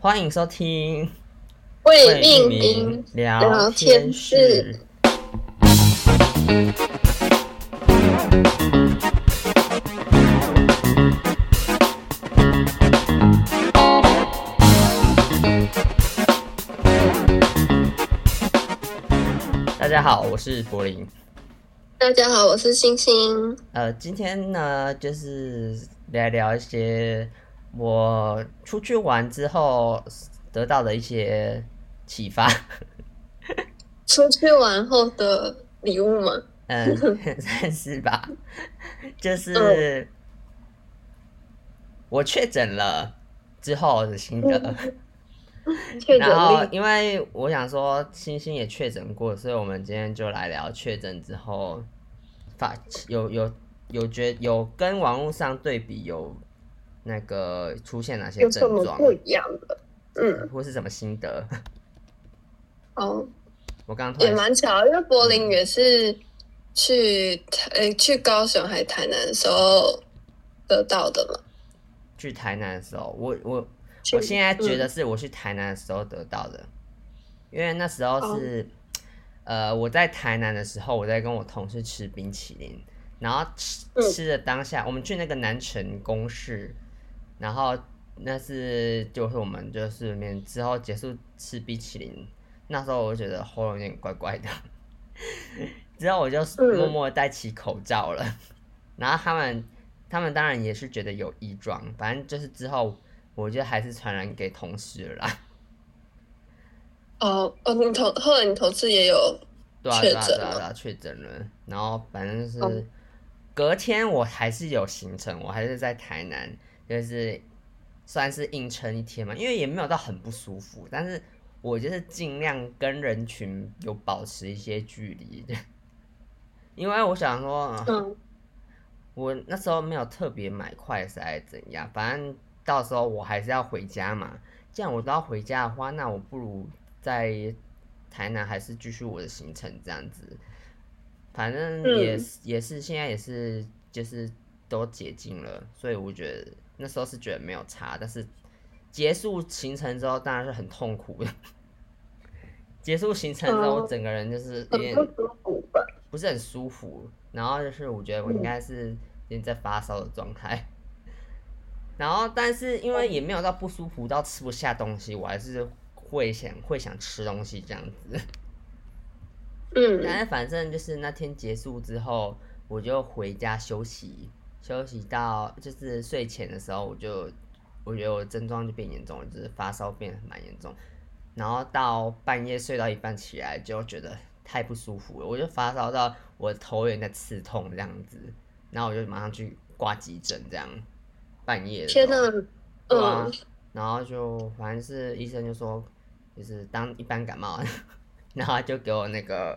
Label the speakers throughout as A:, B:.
A: 欢迎收听
B: 为
A: 命
B: 命名
A: 聊
B: 聊
A: 天
B: 天
A: 室
B: 室。
A: 大家好，我是柏林。
B: 大家好，我是星星。
A: 呃，今天呢，就是来聊一些我出去玩之后得到的一些启发。
B: 出去玩后的礼物吗？
A: 嗯，算是吧。
B: 嗯
A: 就是我确诊了之后的心 得，
B: 嗯确诊
A: 然后
B: 令，
A: 因为我想说星星也确诊过，所以我们今天就来聊确诊之后发有有有觉有跟网络上对比有那个出现哪些
B: 有什
A: 症
B: 么
A: 状，
B: 不一样的？嗯，
A: 或是什么心得。
B: 好，
A: 我刚刚突
B: 也
A: 然
B: 蛮巧，因为柏林也是去台诶、去高雄还台南的时候得到的嘛。
A: 去台南的时候，我我
B: 去
A: 我现在觉得
B: 嗯
A: 是我去台南的时候得到的，因为那时
B: 哦
A: 候是、呃我在台南的时候，我在跟我同事吃冰淇淋，然后吃
B: 嗯
A: 吃的当下，我们去那个南城公市，然后那是就是我们就是里面之后结束吃冰淇淋，那时候我就觉得喉咙有点怪怪的， 之后我就
B: 嗯
A: 默默地戴起口罩了。 然后他们他们当然也是觉得有异状，反正就是之后我觉得还是传染给同事了啦。
B: 哦哦，你同后来你同事也有
A: 对啊
B: 确
A: 对啊对
B: 诊
A: 啊
B: 了
A: 对啊，确诊了。然后反正是、
B: 哦
A: 隔天我还是有行程，我还是在台南，就是算是硬撑一天嘛，因为也没有到很不舒服，但是我就是尽量跟人群有保持一些距离， 因为我想说，呃
B: 嗯
A: 我那时候没有特别买快筛还是怎样，反正到时候我还是要回家嘛。既然我都要回家的话，那我不如在台南还是继续我的行程这样子。反正也、
B: 嗯
A: 也是现在也是就是都解禁了，所以我觉得那时候是觉得没有差，但是结束行程之后当然是很痛苦的。 结束行程之后，
B: 哦
A: 我整个人就是有
B: 很
A: 点
B: 不舒服吧？
A: 不是很舒服，然后就是我觉得我应该是有点在发烧的状态， 然后但是因为也没有到不舒服到吃不下东西，我还是会想会想吃东西这样子。但
B: 嗯
A: 是反正就是那天结束之后，我就回家休息，休息到就是睡前的时候，我就我觉得我症状就变严重了，就是发烧变得蛮严重，然后到半夜睡到一半起来就觉得太不舒服了，我就发烧到我头有点在刺痛这样子，然后我就马上去挂急诊这样，半夜的时候
B: 天哪，
A: 对啊
B: 嗯，
A: 然后就反正是医生就说，就是当一般感冒， 然后他就给我那个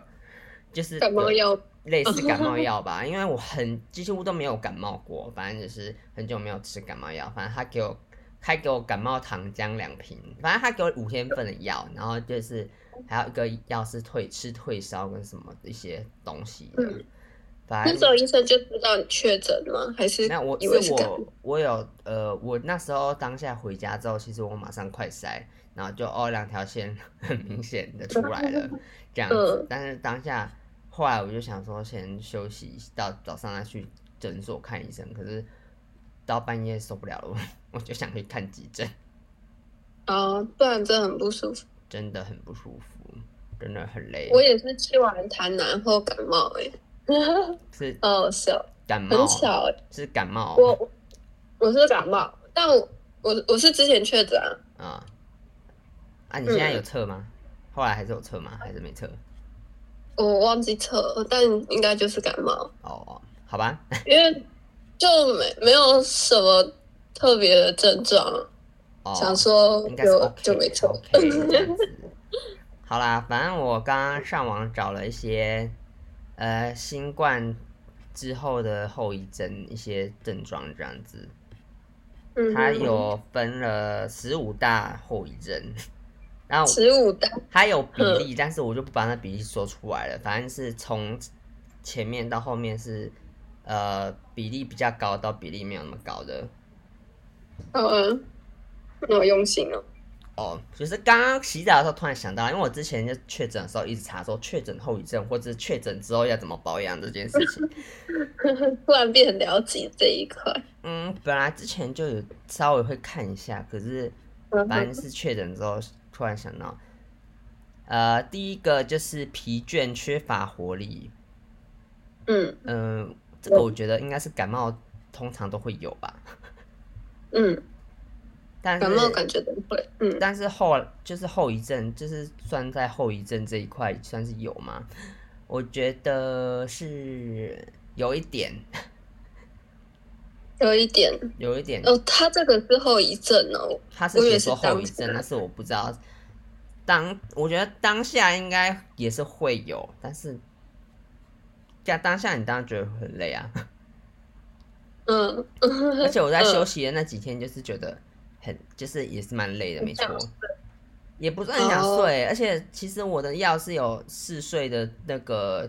A: 就是
B: 感冒药
A: 类似 感冒药吧，因为我很几乎都没有感冒过，反正就是很久没有吃感冒药，反正他给我还给我感冒糖浆两瓶，反正他给我五天份的药，然后就是还有一个药是退吃退烧跟什么一些东西的，
B: 嗯
A: 反
B: 那
A: 正
B: 时候医生就知道你确诊吗？还是
A: 那我
B: 以
A: 是
B: 为是感冒
A: 我我有呃，我那时候当下回家之后，其实我马上快筛，然后就哦两条线 很明显的出来了，这样子
B: 嗯。
A: 但是当下后来我就想说先休息到早上再去诊所看医生，可是到半夜受不了 了，我就想去看急诊，
B: 哦，不然真的很不舒服。
A: 真的很不舒服，真的很累，
B: 我也是吃完痰然后感冒、欸，哎，
A: 是
B: 好好笑，
A: 感冒
B: 很，巧、欸。
A: 是感冒啊
B: 我我我是感冒，但我我我是之前确诊啊，
A: 啊。啊，你现在
B: 嗯
A: 有测吗？后来还是有测吗？还是没测？
B: 我忘记测了，但应该就是感冒，
A: 哦，好吧。
B: 因为就没没有什么特别的症状，啊
A: 哦，
B: 想说
A: 应该是
B: 就、
A: OK，
B: 就没错。
A: OK 这 样子。好啦，反正我刚刚上网找了一些呃新冠之后的后遗症一些症状这样子，
B: 嗯，
A: 它有分了十五大后遗症，然后
B: 十五单，
A: 它有比
B: 嗯
A: 例，但是我就不把那比例说出来了。反正是从前面到后面是呃比例比较高到比例没有那么高的，
B: 嗯、啊，那我用心哦，
A: 哦，就是刚刚洗澡的时候突然想到，因为我之前就确诊的时候一直查说确诊后遗症或者是确诊之后要怎么保养这件事情。
B: 突然变很了解这一块。
A: 嗯，本来之前就有稍微会看一下，可是
B: 嗯
A: 反正
B: 哼
A: 是确诊之后突然想到，呃，第一个就是疲倦、缺乏活力。
B: 嗯
A: 嗯，这个我觉得应该是感冒通常都会有吧，
B: 嗯，
A: 但是
B: 感冒感觉都会。嗯
A: 但是后就是后遗症，就是算在后遗症这一块算是有吗？我觉得是有一点，
B: 有一点
A: 有一点，
B: 哦，他这个是后遗症哦。
A: 他是
B: 我以
A: 写
B: 为是
A: 说后遗症
B: 当下，
A: 但是我不知道。当我觉得当下应该也是会有，但是在当下你当然觉得很累啊，
B: 嗯，
A: 而且我在
B: 嗯
A: 休息的那几天就是觉得很，就是也是蛮累的，没错
B: 很想，哦
A: 也不是很想睡，而且其实我的药是有嗜睡的那个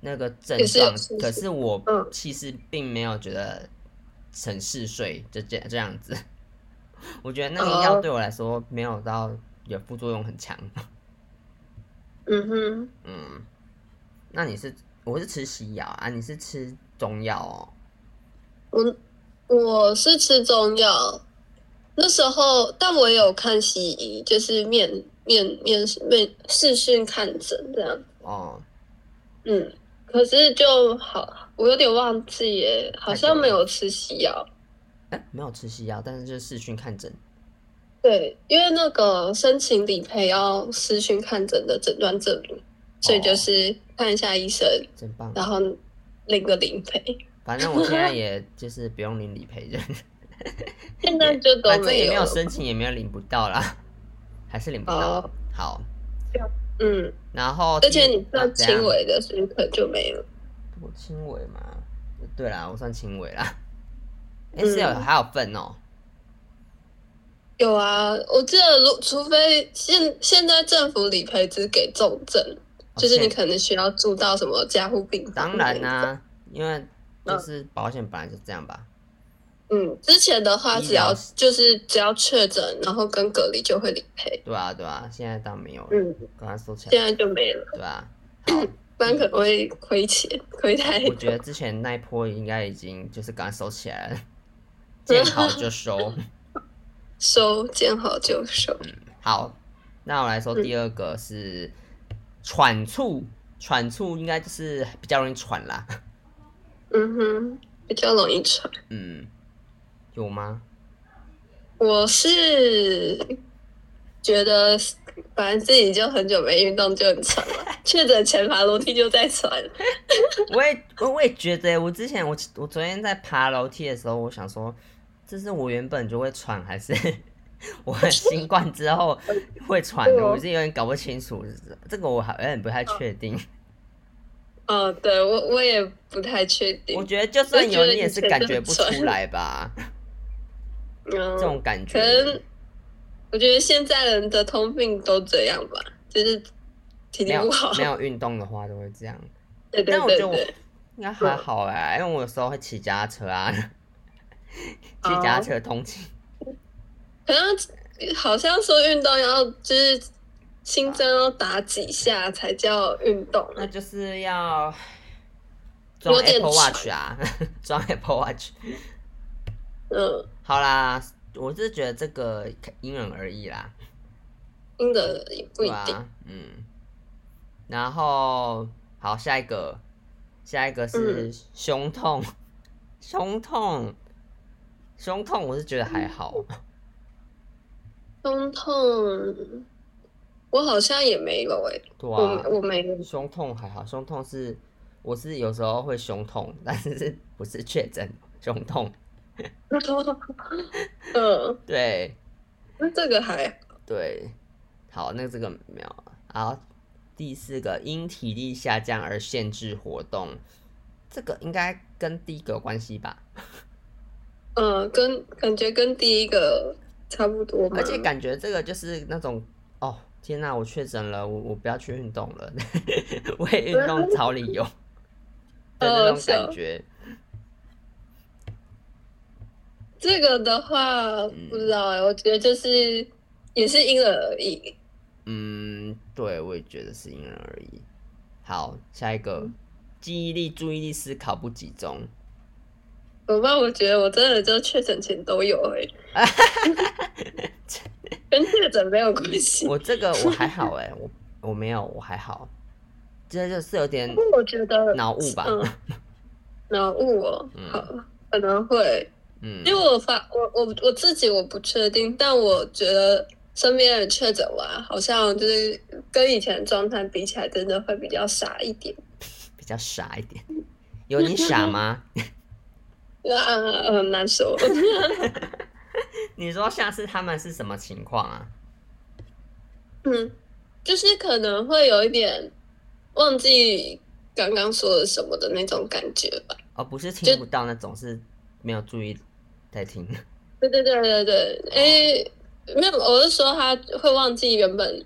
A: 那个症
B: 也是有
A: 状
B: 嗜，睡
A: 可是我
B: 嗯
A: 其实并没有觉得很嗜睡，就这这样子， 我觉得那个
B: 哦
A: 药对我来说没有到有副作用很强，
B: 嗯哼，
A: 嗯，那你是我是吃西药啊，你是吃中药哦，
B: 我我是吃中药，那时候但我也有看西医，就是面面面面视讯看诊这样。
A: 哦，
B: 嗯，可是就好，我有点忘记耶，好像没有吃西药。
A: 哎，没有吃西药，但是就是视讯看诊。
B: 对，因为那个申请理赔要私讯看诊的诊断证明，所
A: 哦
B: 以就是看一下医生，
A: 真棒！
B: 然后领个理赔。
A: 反正我现在也就是不用领理赔 人，
B: 现在就都
A: 反正
B: 没
A: 也没有
B: 了
A: 申请，也没有领不到啦， 还是领不到。
B: 哦
A: 好，
B: 嗯，
A: 然后
B: 而且你
A: 啊
B: 算
A: 怎样
B: 轻微的，所以可能就没了。
A: 我轻微嘛？对啦，我算轻微啦。哎、
B: 嗯
A: 是有还有份哦，
B: 有啊，我记得如除非现现在政府理赔只给重症，
A: 哦
B: 就是你
A: 现
B: 可能需要住到什么加护病
A: 当
B: 房。
A: 然啊啦、。因为就是保险本来就这样吧。
B: 嗯，之前的话
A: 医
B: 只要
A: 疗
B: 就是只要确诊，然后跟隔离就会理赔。
A: 对啊，对啊，现在倒没有了，
B: 嗯，
A: 刚刚说起
B: 现
A: 来，
B: 在就没了，
A: 对 啊。好，
B: 不然可能会亏钱，亏太
A: 我觉得之前那一波应该已经就是刚刚收起来了， 见好就收。
B: 收，见好就收。
A: 好，那我来说
B: 嗯
A: 第二个是喘促，喘促应该就是比较容易喘啦。
B: 嗯哼，比较容易传。
A: 嗯，有吗？
B: 我是觉得，反正自己就很久没运动，就很喘了。确诊前爬楼梯就在喘。
A: 我也我我也觉得，欸我之前我我昨天在爬楼梯的时候，我想说，这是我原本就会喘，还是 我新冠之后会喘？
B: 对哦
A: 我是有点搞不清楚，这个我好像不太确定。
B: 哦，对我我也不太确
A: 我
B: 定。
A: 觉得就算
B: 我觉
A: 有，
B: 得
A: 你也是
B: 以前
A: 感
B: 真的
A: 觉不
B: 喘
A: 出来吧，
B: 嗯，
A: 这种感觉。
B: 可能我觉得现在人的通病都这样吧，就是体
A: 没
B: 力
A: 有
B: 不好。
A: 没有运动的话都会这样。
B: 对对
A: 但我
B: 对
A: 觉得我
B: 对，
A: 应该还好哎、因为我有时候会骑脚踏车啊， 骑脚踏车通勤。
B: 好像好像说运动要就是心脏要打几下才叫运动啊
A: 那就是要装
B: 有点
A: Apple Watch 啊， 装 Apple Watch。
B: 嗯，
A: 好啦，我是觉得这个因人而异啦，
B: 真的也不
A: 对
B: 一定。
A: 吧？嗯。然后好，下一个，下一个是胸痛，胸痛，胸痛，我是觉得还好。
B: 胸痛，我好像也没有欸诶、
A: 对
B: 我
A: 啊，
B: 我没有。
A: 胸痛还好，胸痛是我是有时候会胸痛，但是是不是确诊胸痛？
B: 嗯，
A: 对
B: 那这个还
A: 对，好，那这个没有。好，第四个因体力下降而限制活动，这个应该跟第一个有关系吧？
B: 嗯，跟感觉跟第一个差不多嘛。
A: 而且感觉这个就是那种哦，天哪、我确诊了，我 我不要去运动了，为运动找理由的那种感觉。嗯
B: 欸这个的话，不知道哎、我觉得就是也是因人而异。
A: 嗯，对，我也觉得是因人而异。好，下一个，
B: 嗯
A: 记忆力、注意力、思考不集 中。
B: 怎么办？我觉得我真的就确诊前都有哎、 跟确诊没有关系。
A: 我这个我还好哎、我我没有，我还好。这就是有点
B: 不过我觉得
A: 脑雾吧？
B: 嗯，脑雾哦，
A: 嗯
B: 好，可能会。
A: 嗯
B: 因为我发我我我自己我不确定，但我觉得身边人确诊完，好像就是跟以前的状态比起来，真的会比较傻一点。
A: 比较傻一点。有你傻吗？
B: 啊，很难说。
A: 你说下次他们是什么情况啊？
B: 嗯，就是可能会有一点忘记刚刚说了什么的那种感觉吧。
A: 哦，不是听不到那种，是没有注意在听。
B: 对对对对对，
A: 哦
B: 诶，没有，我是说他会忘记原本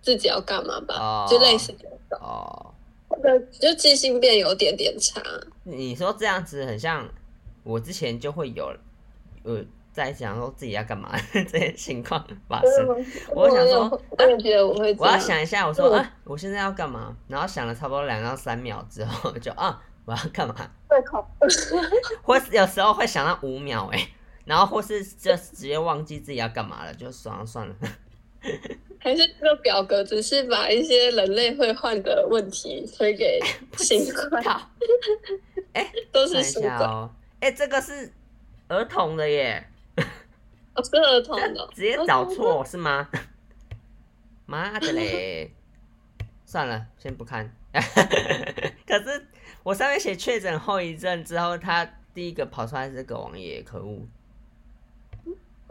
B: 自己要干嘛吧，
A: 哦
B: 就类似这种，
A: 哦，
B: 对，就记性变有点点差。
A: 你说这样子很像我之前就会有呃在想说自己要干嘛 这些情况发
B: 嗯
A: 生。我想说
B: 有我也觉得我会这
A: 我要
B: 样，
A: 想一下，我说
B: 嗯
A: 啊，我现在要干嘛？然后想了差不多两到三秒之后，就啊，我要干嘛？
B: 会考，
A: 或是有时候会想到五秒哎、然后或是就直接忘记自己要干嘛了，就算了算了。
B: 还是这个表格只是把一些人类会患的问题推给 新冠，
A: 好，
B: 都
A: 看
B: 是
A: 一
B: 新
A: 下
B: 冠，
A: 哦，哎、这个是儿童的耶，
B: 哦，是儿童的，
A: 直接找错是吗？ 妈的嘞！ 算了，先不看。 可是我上面写确诊后遗症之后，他第一个跑出来是这个网页，可恶！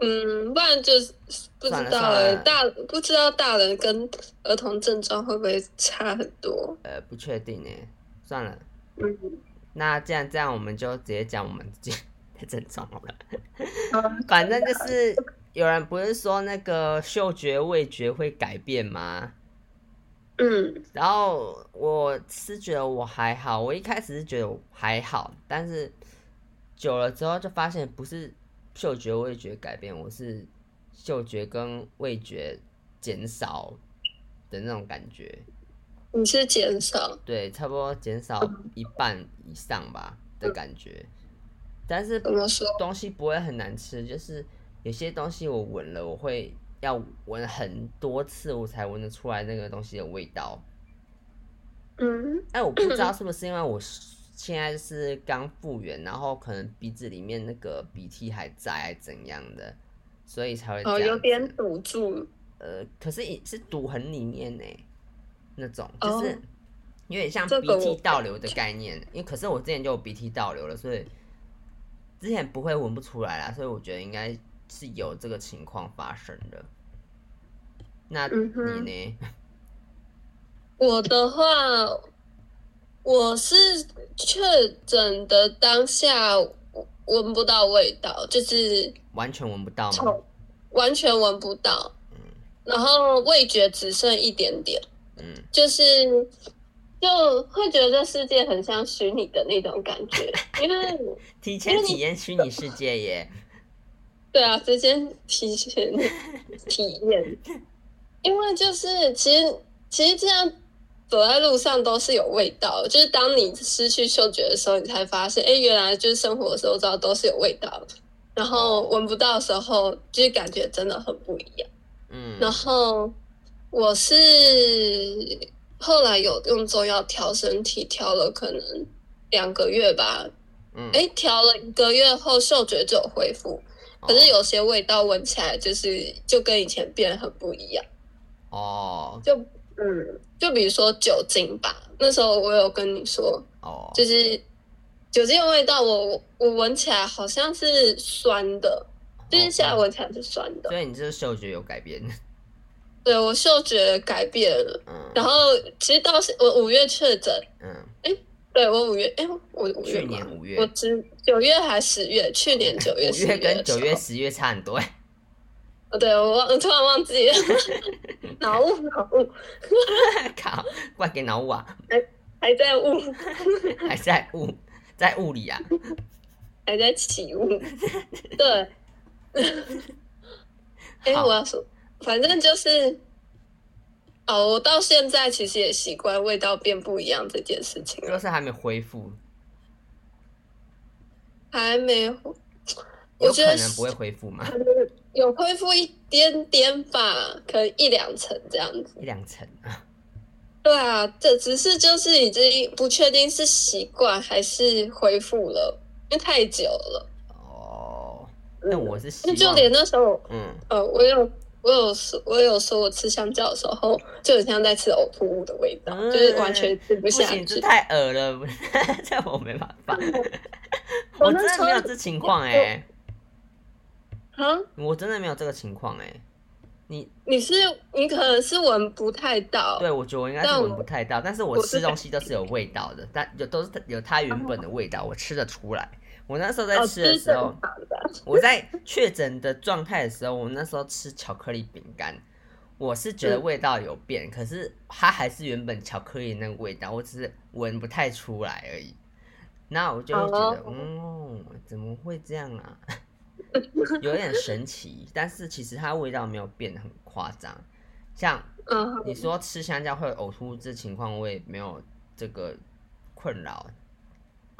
B: 嗯，不然就是不知
A: 算了
B: 道
A: 算
B: 欸
A: 了
B: 大不知道大人跟儿童症状会不会差很多？
A: 呃，不确定哎，算了。
B: 嗯，
A: 那既然这样，我们就直接讲我们自己的症状好了。 反正就是有人不是说那个嗅觉、味觉会改变吗？
B: 嗯
A: 然后我是觉得我还好，我一开始是觉得我还好，但是久了之后就发现不是嗅觉、味觉改变，我是嗅觉跟味觉减少的那种感觉，
B: 你是减少，
A: 对，差不多减少一半以上吧的感觉。但是
B: 怎么说？
A: 东西不会很难吃，就是有些东西我闻了，我会要闻很多次我才闻得出来那个东西的味道。
B: 嗯
A: 哎，我不知 道是不是因为我是现在是刚复原，然后可能鼻子里面那个鼻涕还在，还怎样的，所以才会这
B: 哦，
A: 样子。
B: 有点堵住，
A: 呃，可是也是堵很里面呢，那种就是
B: 哦
A: 有点像
B: 这
A: 鼻
B: 个
A: 涕
B: 我
A: 倒流的概念。因为可是我之前就有鼻涕倒流了，所以之前不会闻不出来啦，所以我觉得应该是有这个情况发生的。那你
B: 嗯哼
A: 呢？
B: 我的话，我是确诊的当下我闻不到味道，就是
A: 完全闻不到吗？
B: 臭，完全闻不到
A: 嗯，
B: 然后味觉只剩一点点，
A: 嗯，
B: 就是就会觉得这世界很像虚拟的那种感觉，因为
A: 提前体验虚拟世界耶。
B: 对啊，直接提前体验，因为就是其实其实这样走在路上都是有味道的，就是当你失去嗅觉的时候，你才发现，哎，原来就是生活周遭都是有味道的，然后闻不到的时候，就是感觉真的很不一样。
A: 嗯，
B: 然后我是后来有用中药调身体，调了可能两个月吧，
A: 嗯，
B: 哎，调了一个月后嗅觉就有恢复。可是
A: 有
B: 有些味道闻起来就是就跟以前变得很不一样，
A: 哦
B: 就嗯，就比如说酒精吧，那时候我有跟你说，
A: 哦，
B: 就是酒精的味道我，我我闻起来好像是酸的，就是现在闻起来是酸的，
A: 哦所以你这个嗅觉有改变，
B: 对我嗅觉改变了。
A: 嗯，
B: 然后其实到现我五月确诊，
A: 嗯，
B: 对我五月，哎，我五
A: 去
B: 月吗
A: 年五月
B: 我，只九月还十月，去年九月
A: 五
B: 十
A: 月跟
B: 的时
A: 九
B: 候
A: 月、十月差很多哎，
B: 哦对我忘，我突然忘 记了，脑雾脑雾。
A: 靠，怪给脑雾啊，
B: 还在雾，
A: 还在雾，在雾里啊，
B: 还在起雾。对，哎、
A: 好
B: 我要说，反正就是，哦，我到现在其实也习惯味道变不一样这件事情了，
A: 就是还没恢复，
B: 还没，我
A: 有
B: 觉得
A: 可能不会恢复嘛，
B: 有恢复一点点吧，可能一两成这样子。
A: 一两层啊，
B: 对啊，这只是就是已经不确定是习惯还是恢复了，因为太久了。
A: 哦，那我是希
B: 嗯那就
A: 望，
B: 连那时候，
A: 嗯，
B: 呃，我有我有说，我有说我吃香蕉的时候，就很像在吃呕吐物的味道，
A: 嗯
B: 就是完全吃不
A: 不
B: 下
A: 行，这
B: 去。
A: 太恶了， 这我没办法，我
B: 我
A: 真
B: 那时
A: 的
B: 候
A: 没有这情况哎、
B: 啊，
A: 我真的没有这个情况哎、你
B: 你是你可能是闻不太到，哦
A: 对我觉得我应该
B: 但
A: 是
B: 我
A: 闻不太到，但是我
B: 我是
A: 吃东西都是有味道的，但有都是有它原本的味道，我吃得出来。我那时候在
B: 哦，
A: 吃的
B: 吃
A: 时
B: 正
A: 候，
B: 常的，
A: 我在确诊的状态的时候，我那时候吃巧克力饼干，我是觉
B: 嗯
A: 得味道有变，可是它还是原本巧克力那个味道，我只是闻不太出来而已。那我就会觉
B: 哦
A: 得，嗯，怎么会这样啊？ 有点神奇，但是其实它味道没有变得很夸张。像
B: 嗯，
A: 你说吃香蕉会有呕吐这情况，我也没有这个困扰。
B: 我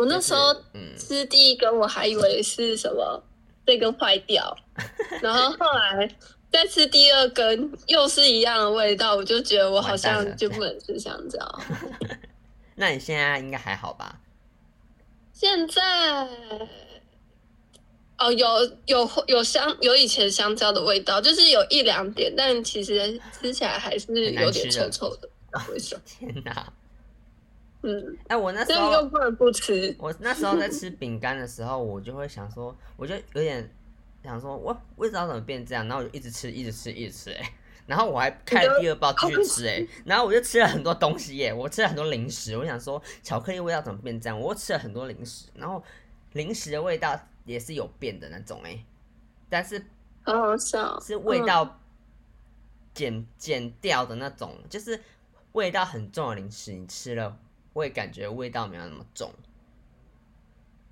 A: 我
B: 那时候
A: 嗯，
B: 吃第一根我还以为是什么这根坏 掉，然后后来再吃第二根又是一样的味道，我就觉得我好
A: 完蛋了
B: 像就不能吃香蕉。
A: 那你现在应该还好吧？
B: 现在哦，有有有香有以前香蕉的味道，就是有一两点，但其实吃起来还是
A: 很难
B: 有点
A: 吃的哦
B: 臭臭的，为什么？
A: 天哪！
B: 嗯，
A: 哎，我 那时
B: 但又
A: 候，
B: 不能不吃。
A: 我那时候在吃饼干的时候，我就会想说，我就有点想说，我味道怎么变这样？然后我就一直吃，一直吃，一直吃、哎，然后我还开了第二包继续吃、哎，然后我就吃了很多东西、哎，我吃了很多零食。我想说，巧克力味道怎么变这样？我又吃了很多零食，然后零食的味道也是有变的那种、哎，但是
B: 好好笑，哦
A: 是味道减减、掉的那种，就是味道很重的零食，你吃了会感觉味道没有那么重。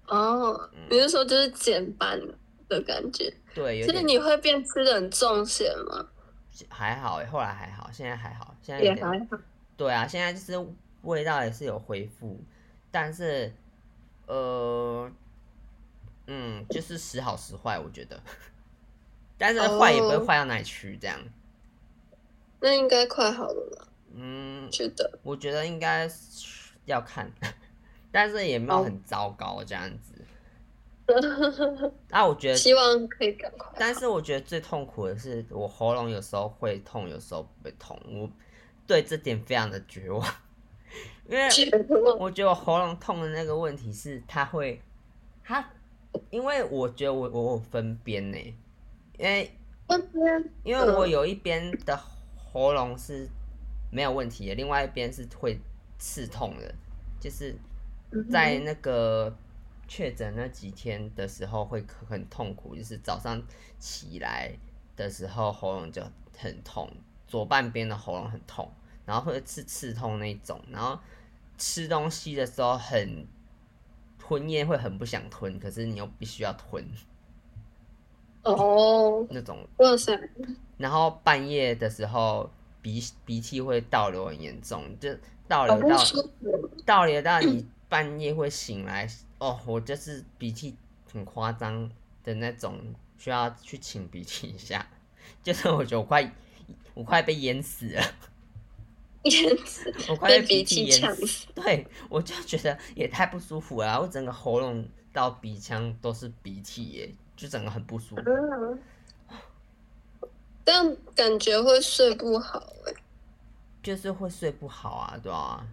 B: 哦，你是说就是减半的感觉？
A: 嗯对，有
B: 所以
A: 点
B: 你会变吃的很重咸吗？
A: 还好欸，后来还好，现在还好，现在有
B: 也
A: 点
B: 还好，
A: 对啊，现在就是味道也是有恢复，但是呃，嗯，就是时好时坏，我觉得， 但是坏也不会
B: 哦
A: 坏到哪里去，这样，
B: 那应该快好了吧？
A: 嗯，
B: 觉得
A: 我觉得应该是要看，但是也没有
B: 哦
A: 很糟糕这样子。那、我觉得
B: 希望可以赶快好。
A: 但是我觉得最痛苦的是，我喉咙有时候会痛，有时候不会痛。我对这点非常的绝望，因为
B: 觉 得
A: 我觉得我喉咙痛的那个问题是，它会，它，因为我觉得我我有分边呢，因为
B: 那边
A: 因为我有一边的喉咙是没有问题的，另外一边是会刺痛的，就是在那个确诊那几天的时候会很痛苦，就是早上起来的时候喉咙就很痛，左半边的喉咙很痛，然后会刺刺痛那一种，然后吃东西的时候很吞咽会很不想吞，可是你又必须要吞
B: 哦，
A: 那种
B: 哇塞，
A: 然后半夜的时候鼻鼻涕会倒流很严重，就倒
B: 好
A: 流
B: 不
A: 到
B: 舒服。
A: 倒流到你半夜会醒来，哦，我就是鼻涕很夸张的那种，需要去请鼻涕一下， 就是我觉得我快我快被淹死了， 我快
B: 被
A: 鼻
B: 鼻
A: 涕
B: 涕
A: 淹
B: 呛
A: 死，
B: 死，
A: 对我就觉得也太不舒服了，我整个喉咙到鼻腔都是鼻涕耶，就整个很不舒服。
B: 嗯， 这样感觉会睡不好哎，
A: 就是会睡不好啊，对啊，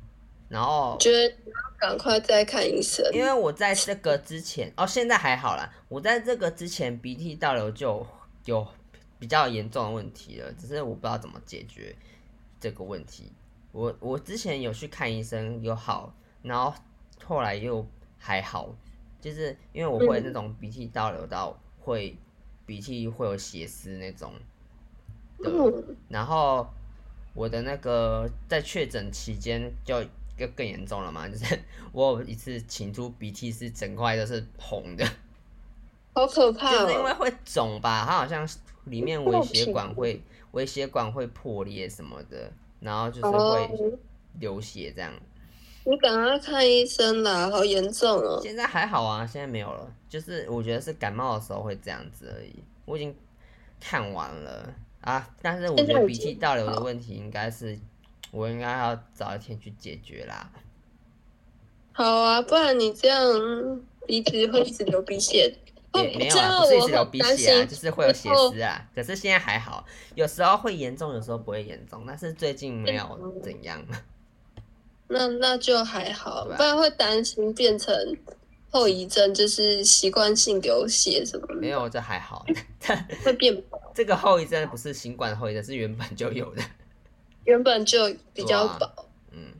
A: 然后
B: 觉得你要赶快再看医生。
A: 因为我在这个之前，哦，现在还好啦。我在这个之前鼻涕倒流就有比较严重的问题了，只是我不知道怎么解决这个问题。我我之前有去看医生，有好，然后后来又还好，就是因为我会那种鼻涕倒流到会鼻涕会有血丝那种的，
B: 嗯，
A: 然后我的那个在确诊期间就更更严 重了嘛，就是我有一次请出鼻涕是整块都是红的，
B: 好可怕
A: 就是因为
B: 哦！
A: 会肿吧，它好像里面微血管会微血管会破裂什么的，然后就是会
B: 哦，
A: 流血这样。
B: 你赶快看医生啦，好严重哦！
A: 现在还好啊，现在没有了，就是我觉得是感冒的时候会这样子而已。我已经看完了啊，但是我觉
B: 现在
A: 得
B: 已
A: 鼻涕
B: 经
A: 倒流的
B: 好
A: 问题应该是我应该要早一天去解决啦。
B: 好啊，不然你这样鼻子会一直流鼻血，会
A: 也没有
B: 哦这
A: 啊，
B: 样
A: 不是一
B: 我
A: 直流
B: 好
A: 鼻
B: 担
A: 血啊，
B: 心
A: 就是会有血
B: 以后
A: 丝啊。可是现在还好，有时候会严重，有时候不会严重，但是最近没有怎样。
B: 那那就还好，
A: 对啊
B: 不然会担心变成后遗症，就是习惯性流血什么
A: 没
B: 的，
A: 有，这还好。
B: 会变
A: 这个后遗症不是新冠的后遗症，是原本就有的。
B: 原本就比较
A: 对啊
B: 薄。
A: 嗯，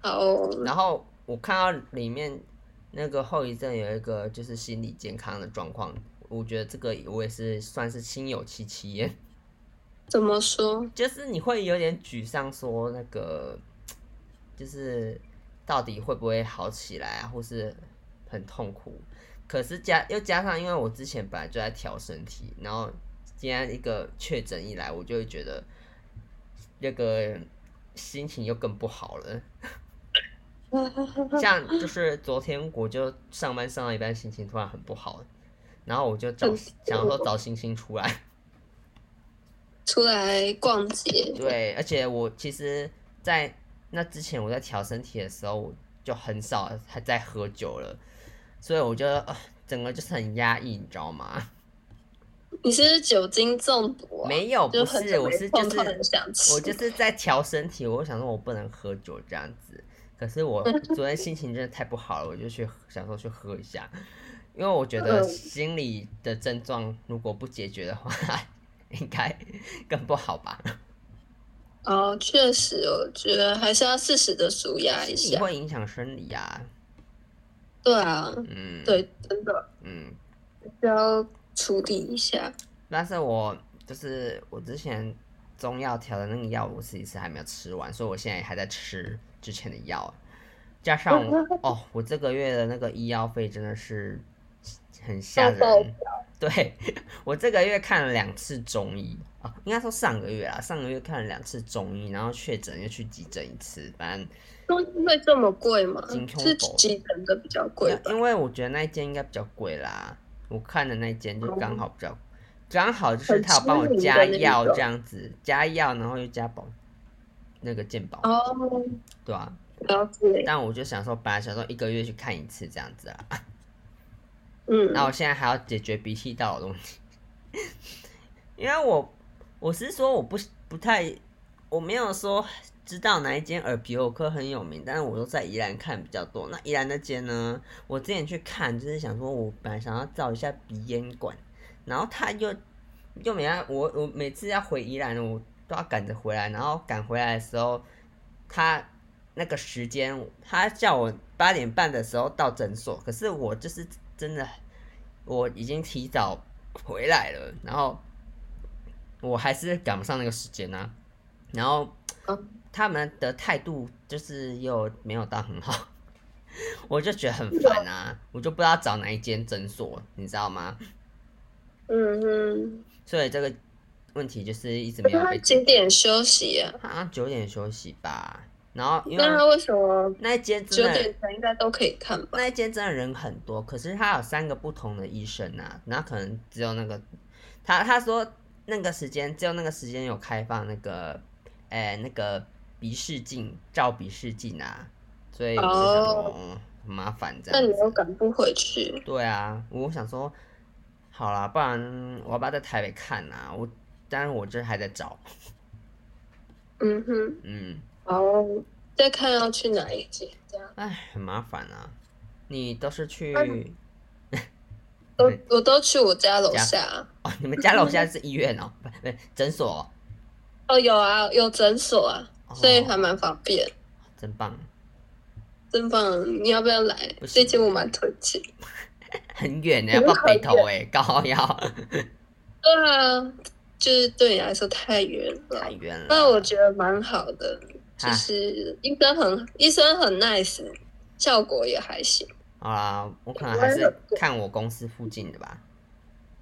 B: 好哦，
A: 然后我看到里面那个后遗症有一个就是心理健康的状况，我觉得这个我也是算是心有戚戚焉，
B: 怎么说？
A: 就是你会有点沮丧，说那个就是到底会不会好起来啊，或是很痛苦。可是加又加上，因为我之前本来就在调身体，然后今天一个确诊一来，我就会觉得那个心情又更不好了。像就是昨天我就上班上到一半，心情突然很不好，然后我就找
B: 很
A: 想说找星星出来。
B: 出来逛街，
A: 对，而且我其实，在那之前我在调身体的时候，我就很少还在喝酒了，所以我就、呃、整个就是很压抑，你知道吗？
B: 你是不是酒精中毒啊？
A: 没有，
B: 就
A: 不
B: 很
A: 是，我是
B: 碰
A: 就
B: 到很
A: 是
B: 想吃。
A: 我就是在调身体，我想说我不能喝酒这样子。可是 我昨天心情真的太不好了，我就去想说去喝一下，因为我觉得
B: 嗯
A: 心理的症状如果不解决的话， 应该更不好吧。
B: 哦，确实，我觉得还是要适时的舒压一
A: 心理
B: 下。
A: 会影响生理啊，
B: 对啊，
A: 嗯，，
B: 对，真的
A: 嗯，
B: 是要处理一下。
A: 但是我就是我之前中药调的那个药，我自己是还没有吃完，所以我现在还在吃之前的药，加上哦，我这个月的那个医药费真的是很吓
B: 大爆
A: 人。对我这个月看了两次中医啊，应该说上个月啊，上个月看了两次中医，然后确诊又去急诊一次，反正
B: 中医会这么贵吗
A: 精？通
B: 是
A: 狗
B: 急诊的比较贵吧？
A: 因为我觉得那一间应该比较贵啦，我看的那一间就刚好比较，刚好就是他有帮我加药这样子，加药然后又加保那个健保，
B: 哦，
A: 对啊。
B: 了解，
A: 但我就想说，本来想说一个月去看一次这样子啊，
B: 嗯，
A: 那我现在还要解决鼻涕倒流的问题，因为我我是说我不不太我没有说知道哪一间耳鼻喉科很有名，但是我都在宜兰看比较多。那宜兰那间呢，我之前去看就是想说，我本来想要照一下鼻咽管，然后他又又没让我我每次要回宜兰，我都要赶着回来，然后赶回来的时候，他那个时间他叫我八点半的时候到诊所，可是我就是真的我已经提早回来了，然后我还是赶不上那个时间啊，然后
B: 嗯
A: 他们的态度就是又没有到很好， 我就觉得很烦啊，我就不知道找哪一间诊所，你知道吗？
B: 嗯嗯，
A: 所以这个问题就是一直没
B: 那
A: 有
B: 他
A: 被
B: 几
A: 解决。
B: 点休息啊？
A: 好像九点休息吧，然后因
B: 那他
A: 为
B: 为什么
A: 那一间
B: 九
A: 真的
B: 点前应该都可以看吧？
A: 那一间真的人很多，可是他有三个不同的医生啊，那可能只有那个他他说那个时间只有那个时间有开放那个，哎、那个鼻视镜照鼻视镜啊，所以我就想说、
B: 哦
A: 嗯很麻烦这
B: 那
A: 样
B: 你又
A: 子。
B: 赶不回去？
A: 对啊，我想说，好啦，不然我要不要在台北看啊？我当然我这还在找，
B: 嗯哼，
A: 嗯，
B: 哦，再看要去哪一间，这样
A: 哎，很麻烦啊。你都是去、
B: 嗯都
A: 对
B: 我都去我家楼下。啊
A: 哦？你们家楼下是医院哦，不不诊所哦、
B: 哦，有啊，有诊所啊，
A: 哦
B: 所以还蛮方便，
A: 真棒，
B: 真棒！你要不要来
A: 不？行
B: 这间我蛮推荐。
A: 很远呢，要
B: 很
A: 到北头
B: 远
A: 哎， 高腰
B: 对啊，就是对你来说太远了
A: 太。远了。
B: 那我觉得蛮好的，就
A: 啊
B: 是医生很医生很 nice，效果也还行。
A: 好啦，我可能还是看我公司附近的吧。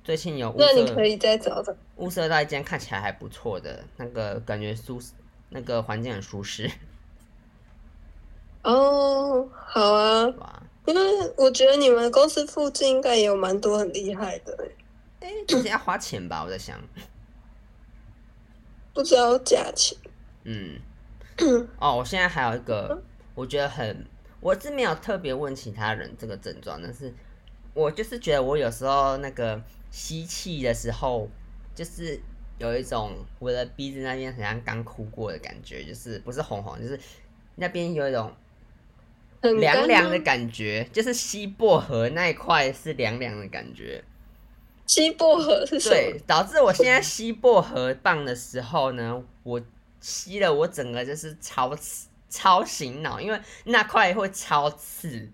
A: 最近有物
B: 那你可
A: 色，
B: 以再找找。
A: 物色到一间看起来还不错的，那个感觉舒适，那个环境很舒适，
B: 哦，好啊，
A: 哇！
B: 因为我觉得你们公司附近应该也有蛮多很厉害的欸、
A: 哎、就是要花钱吧，我在想，
B: 不知道价钱。
A: 嗯，哦，我现在还有一个，我觉得很，我是没有特别问其他人这个症状，但是我就是觉得我有时候那个吸气的时候，就是有一种我的鼻子那边很像刚哭过的感觉，就是不是红红，就是那边有一种
B: 很干啊
A: 凉
B: 吗
A: 凉的感觉，就是吸薄荷那一块是凉凉的感觉。
B: 西薄荷是什么
A: 对？，导致我现在吸薄荷棒的时候呢，我吸了，我整个就是超刺超醒脑，因为那块会超刺，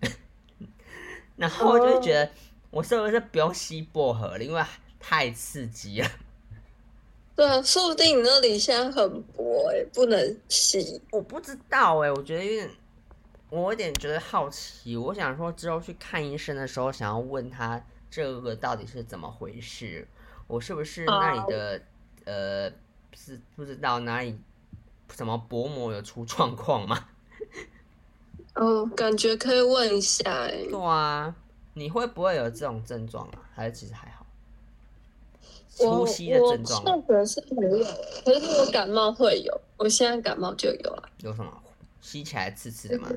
A: 然后我就会觉
B: 哦
A: 得我是不是不用吸薄荷了，因为太刺激了。
B: 对啊，说不定你那里现在很薄哎、不能洗。
A: 我不知道哎、我觉得有点，我有点觉得好奇，我想说之后去看医生的时候，想要问他这个到底是怎么回事，我是不是那里的、
B: 哦
A: 呃是不知道哪里什么薄膜有出状况吗？
B: 哦，感觉可以问一下哎、
A: 对啊，你会不会有这种症状啊？还是其实还好？
B: 我
A: 粗吸的症状
B: 我确实是没有，欸可是我感冒会有，我现在感冒就有啊，
A: 有什么？吸起来刺刺的吗？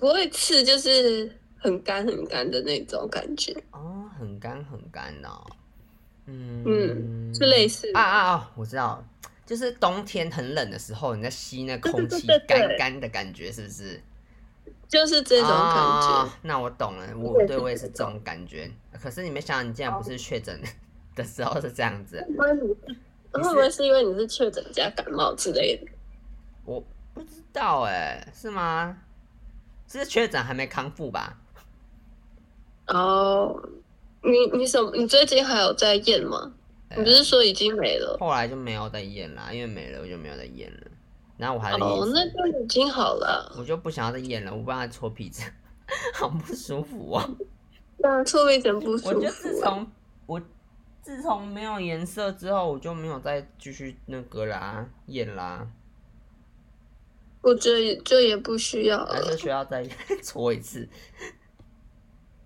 B: 不会刺，就是很干很干的那种感觉，
A: 哦，很干很干的、哦，嗯
B: 嗯是类似的
A: 啊啊啊！我知道，就是冬天很冷的时候，你在吸那空气
B: 对对对对
A: 干
B: 对
A: 干的感觉，是不是？
B: 就是这种感觉。
A: 啊那我懂了，
B: 对
A: 我
B: 对
A: 对
B: 对哦
A: 我也是这种感觉。可是你没想到，你竟然不是确诊 的时候是这样子，
B: 会不会你是会不会是因为你是确诊加感冒之类的？
A: 我不知道哎、是吗？是确诊还没康复吧？
B: 哦，你你什么？你最近还有在验吗？你不
A: 呃
B: 是说已经没了？
A: 后来就没有再验啦，因为没了我就没有再验了。然后我还在
B: 哦
A: 验，
B: 那就已经好了。啊
A: 我就不想要再演了，我帮他搓鼻子， 好不舒服哦。
B: 那臭味真不舒
A: 我
B: 服哎
A: 就。自从我自从没有颜色之后，我就没有再继续那个啦，演啦，
B: 我觉得就也不需要
A: 还是
B: 了。
A: 需要再搓一次。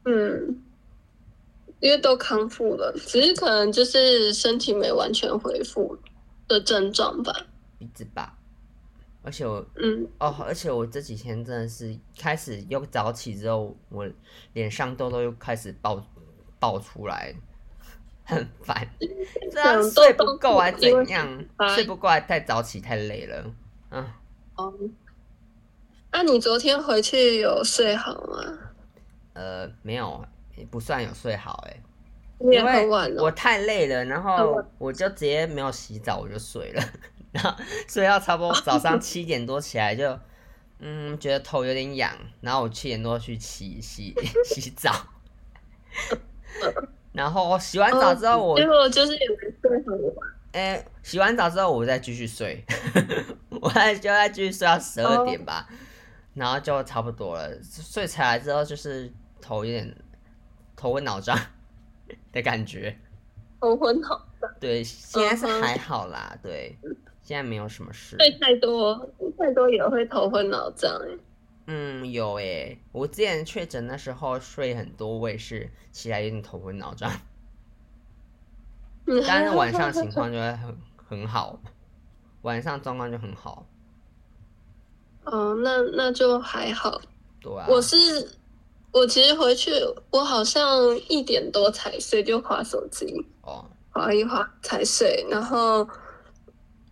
B: 嗯，因为都康复了，只是可能就是身体没完全恢复的症状吧。
A: 鼻子吧。而且我
B: 嗯，
A: 哦，而且我这几天真的是开始又早起之后，我脸上痘痘又开始爆爆出来，很烦。这样
B: 长
A: 睡
B: 痘
A: 不
B: 痘
A: 够还
B: 是因为
A: 怎样？
B: 烦
A: 睡不够还太早起太累了。嗯、
B: 哦，那、你昨天回去有睡好吗？
A: 呃，没有，也不算有睡好哎、
B: 你也
A: 因为
B: 很晚了、
A: 我太累了，然
B: 很
A: 后
B: 晚
A: 我就直接没有洗澡，我就睡了， 然后睡到差不多早上七点多起来就，嗯，觉得头有点痒，然后我七点多去洗洗 洗澡，然后我洗完澡之后我，
B: 结果就是也没睡很晚。
A: 哎、洗完澡之后我再继续睡， 我还就再继续睡到十二
B: 哦
A: 点吧然后就差不多了。睡起来之后就是头有点头昏脑胀的感觉。
B: 头昏脑，
A: 对，现在是
B: 嗯哼
A: 还好啦，对，现在没有什么事。
B: 睡太多，太多也会头昏脑胀、欸。
A: 嗯，有诶、我之前确诊的时候睡很多，我也是起来有点头昏脑 胀，
B: 嗯
A: 但是晚上情况就会很很好，晚上状况就很好，
B: 哦，那那就还好。
A: 对啊。
B: 我是我其实回去，我好像一点多才睡，就划手机，
A: 哦，
B: 划一划才睡，然后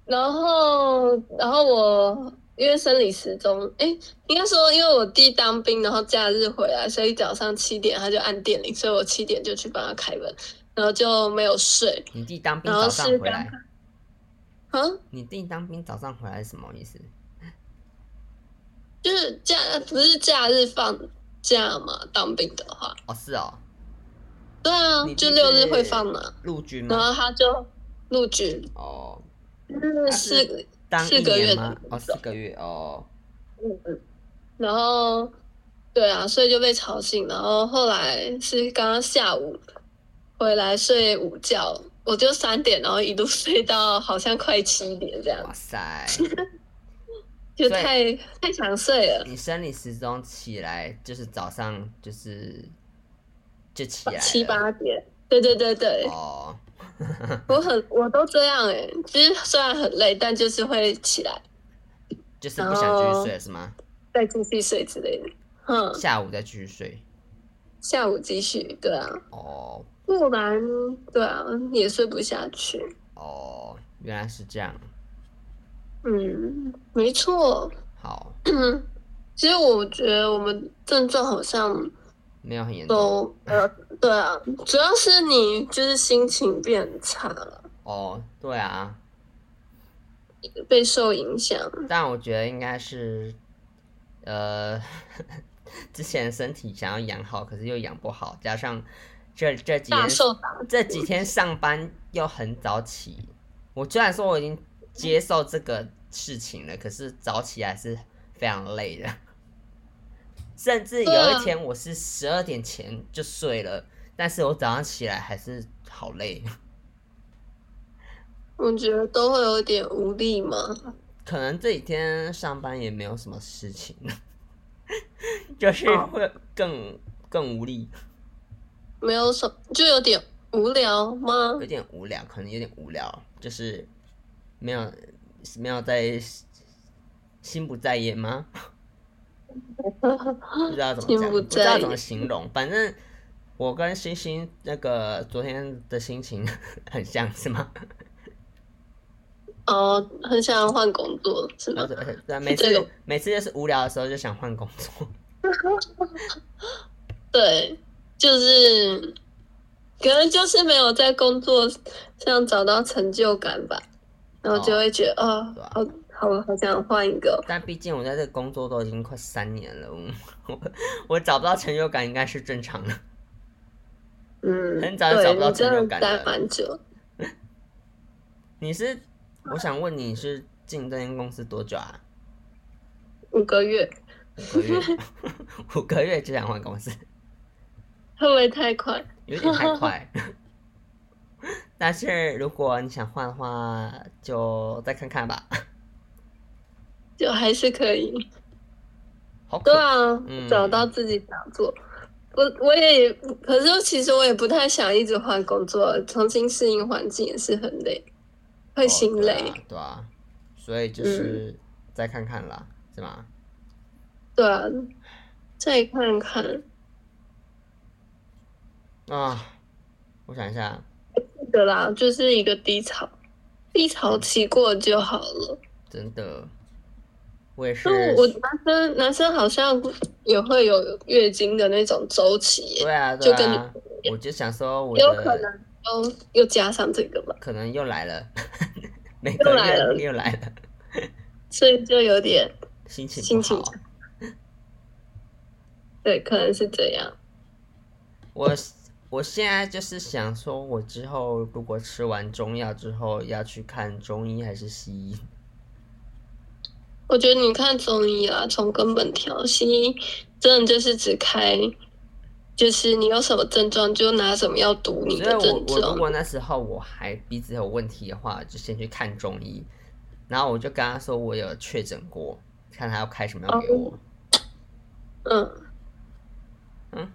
B: 然后然后我因为生理时钟，诶，应该说因为我弟当兵，然后假日回来，所以早上七点他就按电铃，所以我七点就去帮他开门，然后就没有睡
A: 你弟当兵
B: 然后
A: 早上
B: 是
A: 回来，
B: 啊。
A: 你弟当兵早上回来是什么意思？
B: 就是假不是假日放假嘛？当兵的话，
A: 哦，是哦，
B: 对啊
A: 你，弟
B: 就六日
A: 是嗯
B: 会放嘛。
A: 陆军
B: 然
A: 吗？
B: 后他就陆军，
A: 哦，
B: 就是
A: 是
B: 嗯是，
A: 当
B: 呃四
A: 一
B: 个月
A: 年哦
B: 的
A: 吗？
B: 那
A: 哦，四
B: 种
A: 个月哦，
B: 嗯嗯，然后对啊，所以就被吵醒，然后后来是刚刚下午回来睡午觉，我就三点，然后一路睡到好像快七点这样，
A: 哇 塞，
B: 就
A: 所以
B: 太太想睡了，
A: 你生理时钟起来就是早上就是就起来了
B: 七八点。对对对对，
A: 哦，
B: 我很我都这样哎、其实虽然很累，但就是会起来
A: 就是不想继
B: 然
A: 续
B: 后
A: 睡了是吗？
B: 再继续睡之类的。嗯，
A: 下午再继续睡
B: 下午继续，对啊，
A: 哦
B: 不然对啊也睡不下去。
A: 哦，原来是这样，
B: 嗯，没错。
A: 好，
B: 其实我觉得我们症状好像
A: 没有很严重
B: 都呃，对啊，主要是你就是心情变差了，
A: 哦，对啊，
B: 备受影响。
A: 但我觉得应该是，呃， 之前身体想要养好，可是又养不好，加上这这几
B: 大
A: 天
B: 受打
A: 这几天上班又很早起，我虽然说我已经接受这个事情了，可是早起还是非常累的。甚至有
B: 对啊
A: 一天我是十二点前就睡了，但是我早上起来还是好累，
B: 我觉得都会有点无力嘛。
A: 可能这几天上班也没有什么事情， 就是
B: 哦
A: 会更更无力，
B: 没有什就有点无聊吗
A: 有？点无聊，可能有点无聊，就是没有没有在心不在焉吗？不知道怎么
B: 心
A: 讲，
B: 不
A: 不知道
B: 在
A: 怎么
B: 焉
A: 形容。反正我跟星星那个昨天的心情 很像，是吗？
B: 哦，很想换工作是
A: 然
B: 吗
A: 后？对对，啊每
B: 这
A: 次
B: 个
A: 每次就是无聊的时候就想换工作。
B: 对，就是可能就是没有在工作上找到成就感吧，然后就会觉得哦
A: 对啊
B: 好好好想换一个。
A: 但毕竟我在这个工作都已经快三年了，我我 我找不到成就感应该是正常的。
B: 嗯，
A: 很早就找
B: 对，
A: 不到
B: 你真
A: 成就
B: 的
A: 感
B: 待
A: 了
B: 蛮久。
A: 你是我想问你是进这间公司多久啊？
B: 五个月
A: 五个月， 五个月就想换公司，
B: 会不会太快？
A: 有点太快。 但是如果你想换的话，就再看看吧。
B: 就还是可以。
A: 好可
B: 对啊，
A: 嗯
B: 找到自己想做。我我也，可是其实我也不太想一直换工作，重新适应环境也是很累，会心
A: 哦
B: 累。嗯
A: 对啊对啊，所以就是再看看啦，是吗？
B: 对啊，再看看，
A: 啊，我想一下，
B: 对啦，就是一个低潮，低
A: 嗯
B: 潮期过就好了。
A: 真的，我也是
B: 因，为我男生男生好像也会有月经的那种周期耶，
A: 对啊，对
B: 就跟你
A: 啊，我就想说我
B: 有可
A: 的
B: 能又又加上这个吧，
A: 可能又来了，每
B: 又
A: 个
B: 来了
A: 月又来了，
B: 所以就有点
A: 心情
B: 心
A: 不
B: 情
A: 好。
B: 对，可能是这样。
A: 我我现在就是想说，我之后如果吃完中药之后要去看中医还是西医？
B: 我觉得你看中医啊，从根本调西医，真的就是只开，就是你有什么症状就拿什么药堵你
A: 所
B: 的
A: 以我
B: 症
A: 我如
B: 状。
A: 果那时候我还鼻子有问题的话，就先去看中医，然后我就跟他说我有确诊过，看他要开什么药给我，
B: 哦嗯，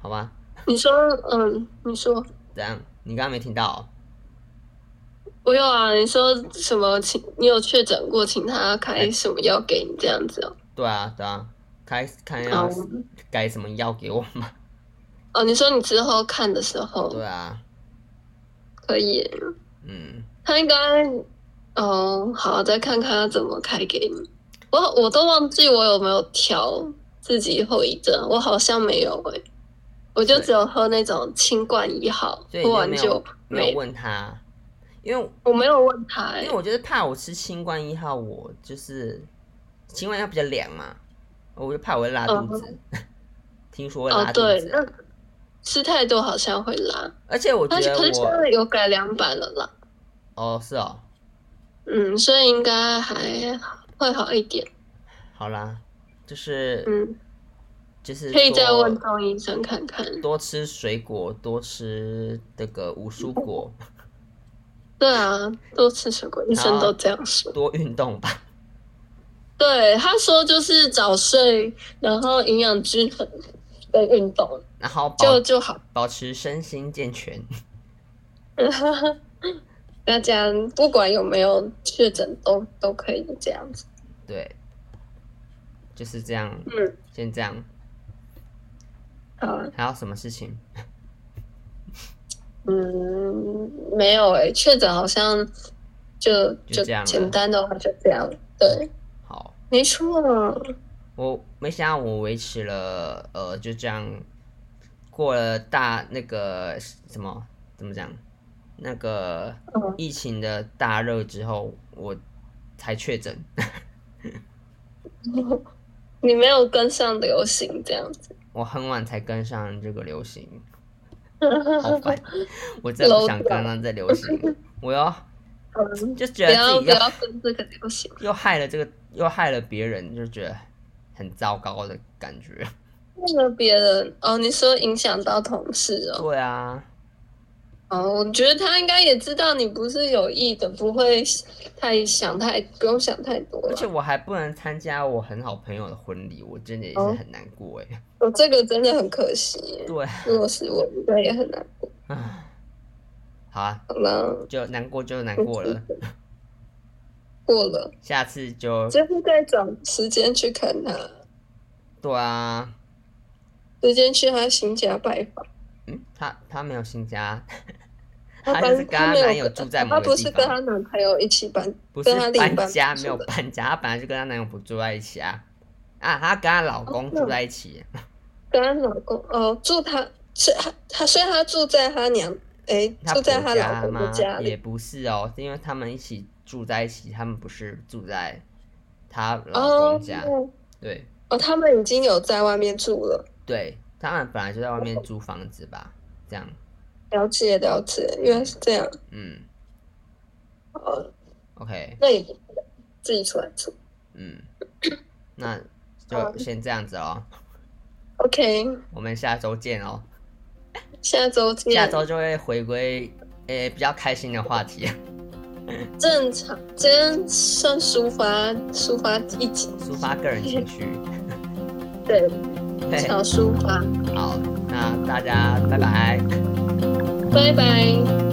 A: 好吗？
B: 你说，嗯，你说，
A: 怎样？你刚刚没听到哦、
B: 我有啊，你说什么请你有确诊过，请他开什么药给你这样子哦？
A: 对啊，对啊，开看要
B: 哦，
A: 该什么药给我嘛？
B: 哦，你说你之后看的时候
A: 对啊，
B: 可以，
A: 嗯，
B: 他应该，哦，好，再看看他怎么开给你。我我都忘记我有没有调自己后遗症，我好像没有诶、我就
A: 对
B: 只有喝那种清冠一号
A: 所，以
B: 喝
A: 你
B: 完
A: 没
B: 就
A: 有没
B: 没
A: 有问他，因为
B: 我没有问他欸
A: 因
B: 诶、
A: 为我就是怕我吃新冠一号，我就是新冠一号比较凉嘛，我就怕我会拉肚子。 听说会
B: 嗯哦
A: 拉肚
B: 对
A: 子，，啊
B: 那吃太多好像会拉，
A: 而且我觉
B: 但是
A: 得
B: 可是现
A: 我
B: 在有改良版了啦，
A: 哦是哦，
B: 嗯，所以应该还会好一点，
A: 好啦，就是
B: 嗯，
A: 就是
B: 可以再
A: 多
B: 问钟医生看看。
A: 多吃水果，多吃这个五蔬 果，
B: 对啊，多吃水果，医生都这样说。
A: 多运动吧。
B: 对，他说就是早睡，然后营养均衡跟运动，
A: 然后保
B: 就就好。
A: 保持身心健全。
B: 大家不管有没有确诊，都都可以这样子。
A: 对，就是这样，
B: 嗯，
A: 先这样。
B: 好啊，
A: 还有什么事情？
B: 嗯，没有诶、确诊好像就
A: 就
B: 就
A: 这样了
B: 简单的话就这样。对，
A: 好，
B: 没错。
A: 我没想到我维持了呃，就这样过了大那个什么怎么讲那个
B: 嗯
A: 疫情的大热之后，我才确诊。
B: 你没有跟上流行这样子，
A: 我很晚才跟上这个流行，好烦！我真的不想跟上这流行，我要
B: 嗯，
A: 就觉
B: 不
A: 得
B: 要
A: 啊自
B: 不
A: 己要
B: 要跟这个流行。
A: 又害了这个，又害了别人，就觉得很糟糕的感觉。
B: 为了别人哦，你说影响到同事哦，
A: 对啊，
B: 哦，我觉得他应该也知道你不是有意的，不会太想太，不用想太多
A: 而且
B: 了。
A: 我还不能参加我很好朋友的婚礼，我真的也是
B: 哦
A: 很难过哎。
B: 我哦这个真的很可惜 耶，
A: 对，
B: 如果是我，应该也很难过。
A: 唉好啊，
B: 好了，
A: 就难过就难过了，
B: 嗯过了，
A: 下次就
B: 之后再找时间去看他，
A: 对啊。
B: 时间去他新家拜访。
A: 嗯，她她没有新家，
B: 他
A: 她
B: 搬
A: 就是跟她
B: 没有
A: 男友住在某
B: 他
A: 个
B: 不
A: 地
B: 是跟
A: 方
B: 她。男朋友一起搬，
A: 不是
B: 跟她另一
A: 搬
B: 半
A: 家，
B: 住
A: 没有
B: 的
A: 搬家，她本来就跟她男友不住在一起啊。啊，她跟她老公
B: 是哦
A: 住在一起，
B: 跟她老公哦住她是她她，所以她住在她娘哎、
A: 她
B: 住在
A: 婆
B: 她老公的
A: 吗？
B: 家里
A: 也不是哦，是因为他们一起住在一起，他们不是住在她老
B: 哦
A: 公家，对
B: 哦，他们已经有在外面住了，
A: 对，他们本来就在外面租房子吧，这样，
B: 了解了解，原来是这样。
A: 嗯
B: 哦，
A: ，OK，
B: 那也不自己出来住。
A: 嗯，那就先这样子哦，
B: OK，
A: 我们下周见哦，
B: 下周见。
A: 下周就会回归诶、比较开心的话题，
B: 正常，今天算抒发抒发一集，
A: 抒发个人情绪，
B: 对，
A: 对。
B: 小抒发。
A: 好，那大家拜拜。
B: 拜拜。